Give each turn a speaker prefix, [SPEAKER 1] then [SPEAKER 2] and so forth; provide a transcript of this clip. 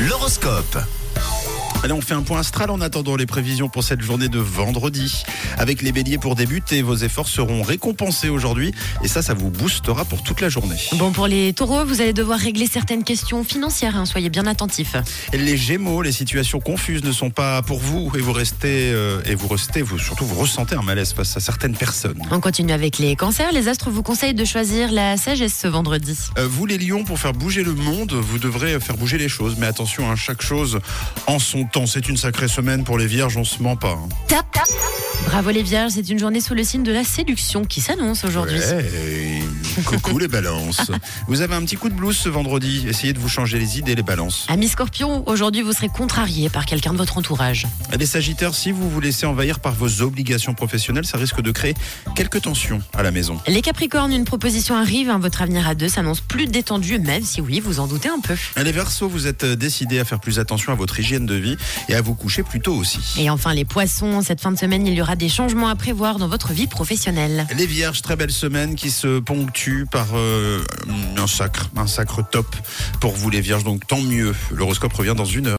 [SPEAKER 1] l'horoscope.
[SPEAKER 2] Allez, on fait un point astral en attendant les prévisions pour cette journée de vendredi. Avec les béliers pour débuter, vos efforts seront récompensés aujourd'hui et ça, ça vous boostera pour toute la journée.
[SPEAKER 3] Bon, pour les taureaux, vous allez devoir régler certaines questions financières, hein, soyez bien attentifs.
[SPEAKER 2] Les gémeaux, les situations confuses ne sont pas pour vous et vous restez, euh, et vous restez, vous, surtout vous ressentez un malaise face à certaines personnes.
[SPEAKER 3] On continue avec les cancers, les astres vous conseillent de choisir la sagesse ce vendredi.
[SPEAKER 2] Euh, vous les lions, pour faire bouger le monde, vous devrez faire bouger les choses. Mais attention, hein, chaque chose en son temps. C'est une sacrée semaine pour les vierges, on se ment pas. hein.
[SPEAKER 3] Tap, tap. Bravo les vierges, c'est une journée sous le signe de la séduction qui s'annonce aujourd'hui.
[SPEAKER 2] Ouais, coucou les balances. Vous avez un petit coup de blues ce vendredi. Essayez de vous changer les idées, les balances.
[SPEAKER 3] Amis scorpions, aujourd'hui vous serez contrarié par quelqu'un de votre entourage.
[SPEAKER 2] Les Sagittaires, Eh si vous vous laissez envahir par vos obligations professionnelles, ça risque de créer quelques tensions à la maison.
[SPEAKER 3] Les capricornes, une proposition arrive, hein, votre avenir à deux s'annonce plus détendu, même si oui, vous en doutez un peu.
[SPEAKER 2] Les Verseaux, vous êtes décidés à faire plus attention à votre hygiène de vie et à vous coucher plus tôt aussi.
[SPEAKER 3] Et enfin les poissons, cette fin de semaine il y aura des changements à prévoir dans votre vie professionnelle.
[SPEAKER 2] Les Vierges, très belle semaine qui se ponctue par euh, un sacre, un sacre top pour vous les Vierges. Donc tant mieux. L'horoscope revient dans une heure.